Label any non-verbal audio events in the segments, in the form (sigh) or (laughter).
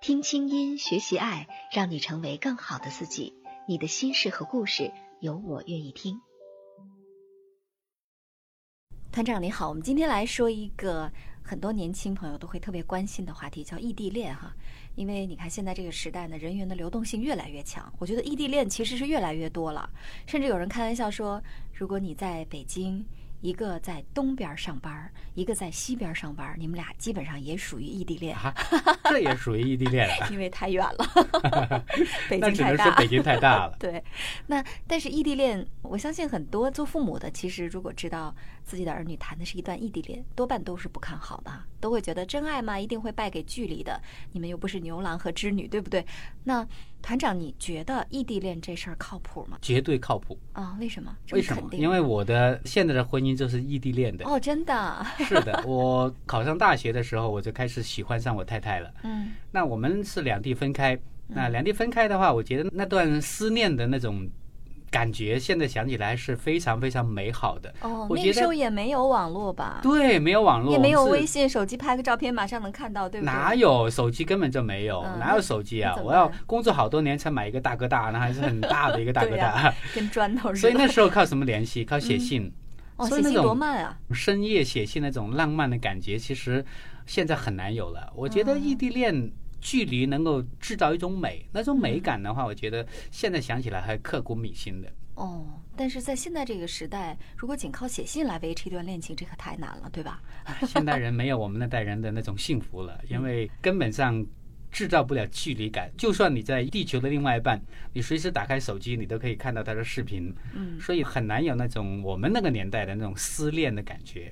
听清音，学习爱，让你成为更好的自己。你的心事和故事，有我愿意听。团长你好，我们今天来说一个很多年轻朋友都会特别关心的话题，叫异地恋哈。因为你看现在这个时代呢，人员的流动性越来越强，我觉得异地恋其实是越来越多了。甚至有人开玩笑说，如果你在北京，一个在东边上班，一个在西边上班，你们俩基本上也属于异地恋，啊， (laughs) 这也属于异地恋啊因为太远 (laughs) 了，北那京只太能说大。北。京太大了对，那但是异地恋，我相信很多做父母的，其实如果知道自己的儿女谈的是一段异地恋，多半都是不看好的，都会觉得真爱嘛，一定会败给距离的。你们又不是牛郎和织女，对不对？那团长，你觉得异地恋这事儿靠谱吗？绝对靠谱，啊、为什么？这为什肯么？定因为我的现在的婚姻就是异地恋的。哦，真的，是的，我考上大学的时候，我就开始喜欢上我太太了。嗯那我们是两地分开，那两地分开的话，我觉得那段思念的那种感觉，现在想起来是非常非常美好的。哦，我那觉个得时候也没有网络吧？对，没有网络，啊也没有我们是微信，手机拍个照片马上能看到，对不对？哪有手机根本就没有，嗯哪有手机啊那？怎么我要办工作好多年才买一个大哥大，那还是很 (laughs) 大的一个大哥对大。呀跟砖头似所的。以那时候靠什么联系？靠写信，哦，所写以那信种多慢啊！深夜写信那种浪漫的感觉，其实现在很难有了。我觉得异地恋距离能够制造一种美，那种美感的话，我觉得现在想起来还刻骨铭心的。哦，但是在现在这个时代，如果仅靠写信来维持一段恋情，这可太难了，对吧？现代人没有我们那代人的那种幸福了，因为根本上。制造不了距离感，就算你在地球的另外一半，你随时打开手机，你都可以看到他的视频，嗯，所以很难有那种我们那个年代的那种思恋的感觉。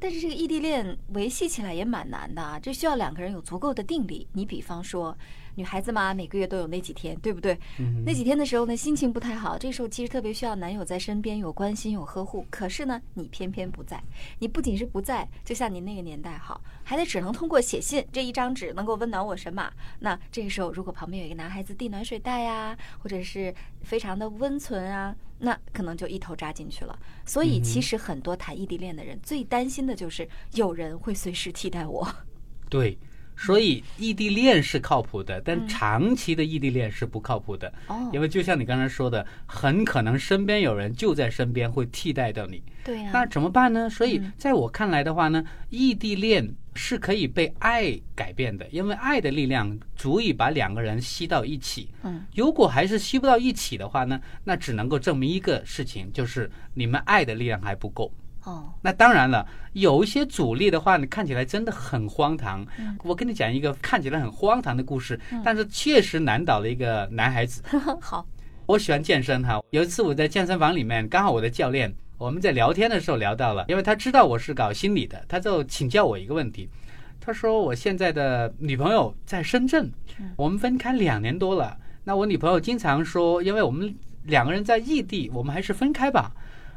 但是这个异地恋维系起来也蛮难的啊，这需要两个人有足够的定力。你比方说，女孩子嘛，每个月都有那几天，对不对？嗯那几天的时候呢，心情不太好，这时候其实特别需要男友在身边，有关心，有呵护。可是呢，你偏偏不在，你不仅是不在，就像您那个年代好，还得只能通过写信这一张纸能够温暖我神马。那这个时候，如果旁边有一个男孩子递暖水袋呀、或者是非常的温存啊，那可能就一头扎进去了。所以，嗯哼其实很多谈异地恋的人最担心的就是有人会随时替代我。对，所以异地恋是靠谱的，但长期的异地恋是不靠谱的，嗯哦，因为就像你刚才说的，很可能身边有人就在身边会替代掉你，对呀、那怎么办呢？所以嗯在我看来的话呢，异地恋是可以被爱改变的，因为爱的力量足以把两个人吸到一起。嗯，如果还是吸不到一起的话呢，那只能够证明一个事情，就是你们爱的力量还不够。哦，那当然了，有一些阻力的话，你看起来真的很荒唐。嗯我跟你讲一个看起来很荒唐的故事，但是确实难倒了一个男孩子。 (laughs) 好，我喜欢健身哈，有一次我在健身房里面，刚好我的教练我们在聊天的时候聊到了，因为他知道我是搞心理的，他就请教我一个问题。他说我现在的女朋友在深圳，我们分开两年多了。那我女朋友经常说，因为我们两个人在异地，我们还是分开吧。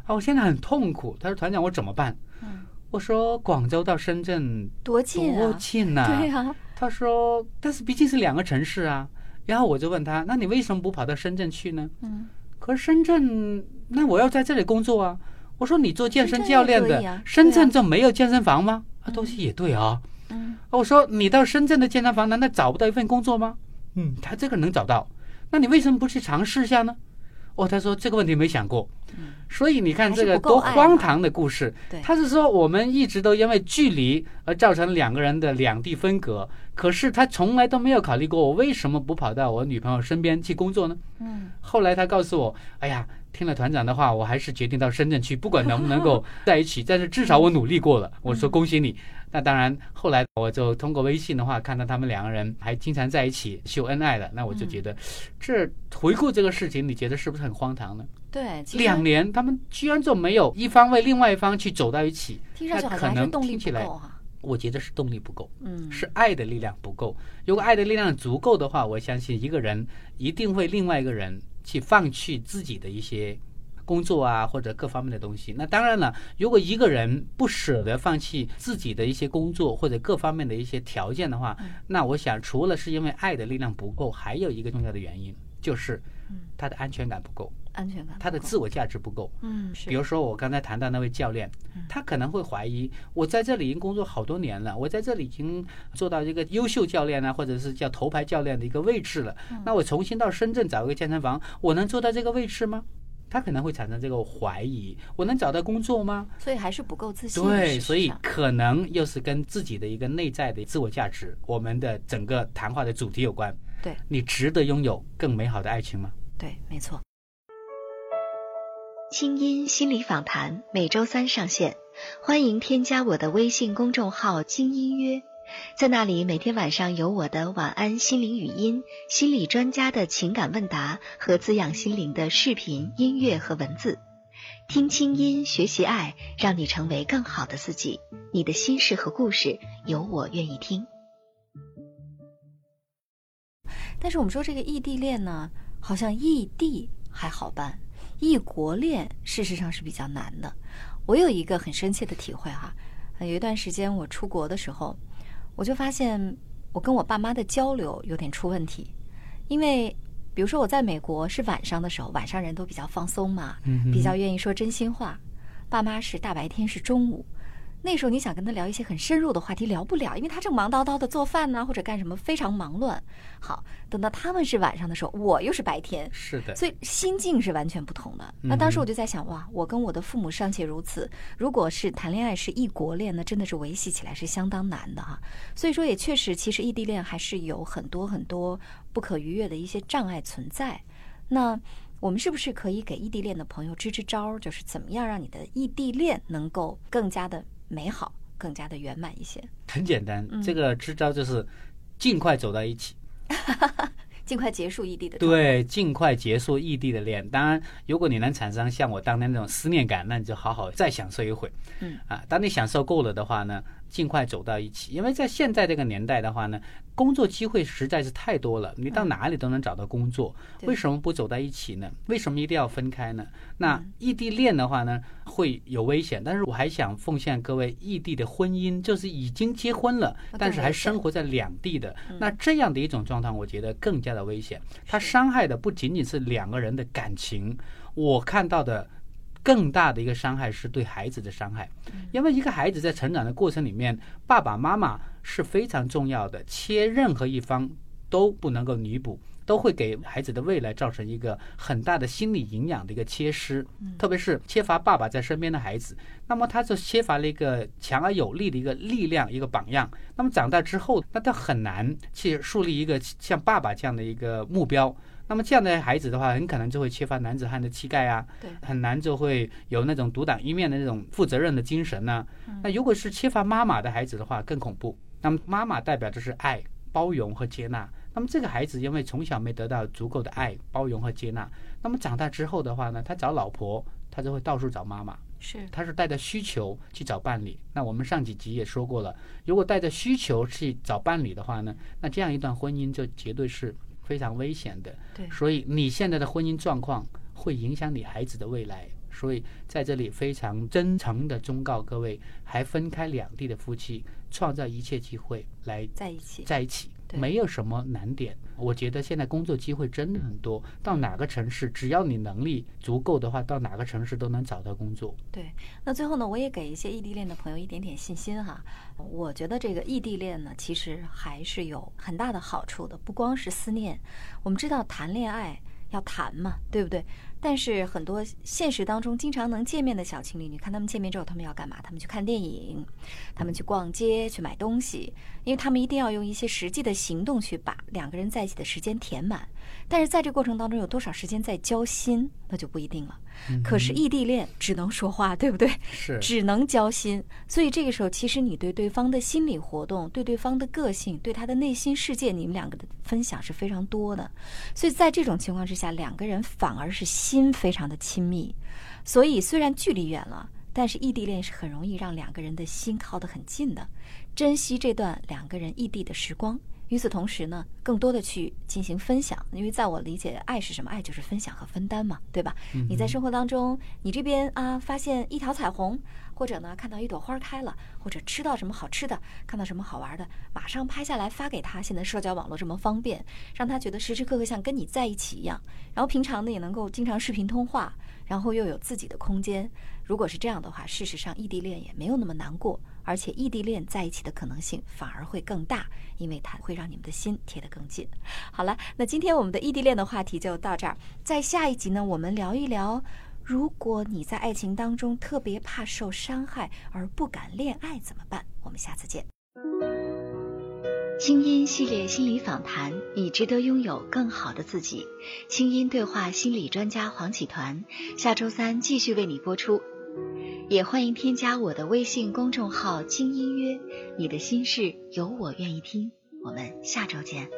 啊，我现在很痛苦。他说团长，我怎么办？嗯我说广州到深圳多近多啊！近呐、对呀、他说，但是毕竟是两个城市啊。然后我就问他，那你为什么不跑到深圳去呢？嗯，可是深圳，那我要在这里工作啊。我说你做健身教练深圳也可以的啊，深对圳啊就没有健身房吗？啊，东西也对啊。嗯，我说你到深圳的健身房，难道找不到一份工作吗？嗯，他这个能找到，那你为什么不去尝试一下呢？哦，他说这个问题没想过。所以你嗯看还这是个不够多爱啊荒嘛唐的故事对，他是说我们一直都因为距离而造成两个人的两地分隔，可是他从来都没有考虑过我为什么不跑到我女朋友身边去工作呢？嗯，后来他告诉我，哎呀，听了团长的话，我还是决定到深圳去，不管能不能够在一起，但是至少我努力过了。嗯我说恭喜你。那当然，后来我就通过微信的话，看到他们两个人还经常在一起秀恩爱了，那我就觉嗯得，这回顾这个事情，你觉得是不是很荒唐呢？对，其实两年，他们居然就没有一方为另外一方去走到一起，听上去那好可像还是能动力听起不来够哈、我觉得是动力不够，嗯，是爱的力量不够。如果爱的力量足够的话，我相信一个人一定会另外一个人去放弃自己的一些工作啊，或者各方面的东西。那当然了，如果一个人不舍得放弃自己的一些工作或者各方面的一些条件的话，嗯那我想除了是因为爱的力量不够，还有一个重要的原因就是嗯他的安全感不够，安全感不够，他的自我价值不够。嗯是嗯比如说我刚才谈到那位教练，他可能会怀疑，我在这里已经工作好多年了，我在这里已经做到一个优秀教练啊，或者是叫头牌教练的一个位置了。嗯那我重新到深圳找一个健身房，我能做到这个位置吗？他可能会产生这个怀疑，我能找到工作吗？所以还是不够自信的。事对，实所以上可能又是跟自己的一个内在的自我价值，我们的整个谈话的主题有关。对，你值得拥有更美好的爱情吗？对，没错。清音心理访谈每周三上线，欢迎添加我的微信公众号“清音约”，在那里每天晚上有我的晚安心灵语音、心理专家的情感问答和滋养心灵的视频、音乐和文字。听清音，学习爱，让你成为更好的自己。你的心事和故事，有我愿意听。但是我们说这个异地恋呢，好像异地还好办，异国恋事实上是比较难的。我有一个很深切的体会哈、呃有一段时间我出国的时候，我就发现我跟我爸妈的交流有点出问题，因为比如说我在美国是晚上的时候，晚上人都比较放松嘛，嗯哼比较愿意说真心话，爸妈是大白天是中午。那时候你想跟他聊一些很深入的话题，聊不了，因为他正忙叨叨的做饭呢、或者干什么，非常忙乱。好，等到他们是晚上的时候，我又是白天，是的，所以心境是完全不同的。那当时我就在想，哇，我跟我的父母尚且如此，如果是谈恋爱是异国恋，那真的是维系起来是相当难的哈、啊所以说，也确实，其实异地恋还是有很多很多不可逾越的一些障碍存在。那我们是不是可以给异地恋的朋友支支招儿，就是怎么样让你的异地恋能够更加的美好，更加的圆满一些？很简单，嗯这个支招就是尽快走到一起。尽快结束异地的状态。对，尽快结束异地的恋。当然，如果你能产生像我当年那种思念感，那你就好好再享受一回。嗯啊，当你享受够了的话呢，尽快走到一起。因为在现在这个年代的话呢，工作机会实在是太多了，你到哪里都能找到工作。对为什么不走到一起呢？为什么一定要分开呢？那嗯异地恋的话呢，会有危险。但是我还想奉献各位异地的婚姻，就是已经结婚了，哦但是更还危险生活在两地的，那这样的一种状态，我觉得更加的危险。它是伤害的不仅仅是两个人的感情，我看到的更大的一个伤害是对孩子的伤害，因为一个孩子在成长的过程里面，爸爸妈妈是非常重要的，切任何一方都不能够弥补。都会给孩子的未来造成一个很大的心理营养的一个缺失，特别是缺乏爸爸在身边的孩子，那么他就缺乏了一个强而有力的一个力量，一个榜样。那么长大之后，那他很难去树立一个像爸爸这样的一个目标。那么这样的孩子的话，很可能就会缺乏男子汉的气概啊，对很难就会有那种独当一面的那种负责任的精神呢、那如果是缺乏妈妈的孩子的话，更恐怖。那么妈妈代表的是爱、包容和接纳。那么这个孩子因为从小没得到足够的爱、包容和接纳，那么长大之后的话呢，他找老婆，他就会到处找妈妈。是他是带着需求去找伴侣。那我们上几集也说过了，如果带着需求去找伴侣的话呢，那这样一段婚姻就绝对是非常危险的。对所以你现在的婚姻状况会影响你孩子的未来。所以在这里非常真诚的忠告各位，还分开两地的夫妻，创造一切机会来在一起。在一起，对没有什么难点。我觉得现在工作机会真的很多，到哪个城市，只要你能力足够的话，到哪个城市都能找到工作。对，那最后呢，我也给一些异地恋的朋友一点点信心哈。我觉得这个异地恋呢，其实还是有很大的好处的，不光是思念。我们知道谈恋爱要谈嘛，对不对？但是很多现实当中经常能见面的小情侣，你看他们见面之后，他们要干嘛？他们去看电影，他们去逛街，去买东西，因为他们一定要用一些实际的行动去把两个人在一起的时间填满。但是在这过程当中，有多少时间在交心，那就不一定了。可是异地恋只能说话，对不对？嗯是只能交心，所以这个时候，其实你对对方的心理活动、对对方的个性、对他的内心世界，你们两个的分享是非常多的。所以在这种情况之下，两个人反而是心非常的亲密。所以虽然距离远了，但是异地恋是很容易让两个人的心靠得很近的。珍惜这段两个人异地的时光。与此同时呢，更多的去进行分享，因为在我理解，爱是什么？爱就是分享和分担嘛，对吧？嗯你在生活当中，你这边啊发现一条彩虹，或者呢看到一朵花开了，或者吃到什么好吃的，看到什么好玩的，马上拍下来发给他。现在社交网络这么方便，让他觉得时时刻刻像跟你在一起一样。然后平常呢也能够经常视频通话，然后又有自己的空间。如果是这样的话，事实上异地恋也没有那么难过，而且异地恋在一起的可能性反而会更大，因为它会让你们的心贴得更近。好了，那今天我们的异地恋的话题就到这儿，在下一集呢，我们聊一聊。如果你在爱情当中特别怕受伤害而不敢恋爱怎么办？我们下次见。清音系列心理访谈，你值得拥有更好的自己。清音对话心理专家黄启团，下周三继续为你播出。也欢迎添加我的微信公众号“清音约”，你的心事有我愿意听。我们下周见。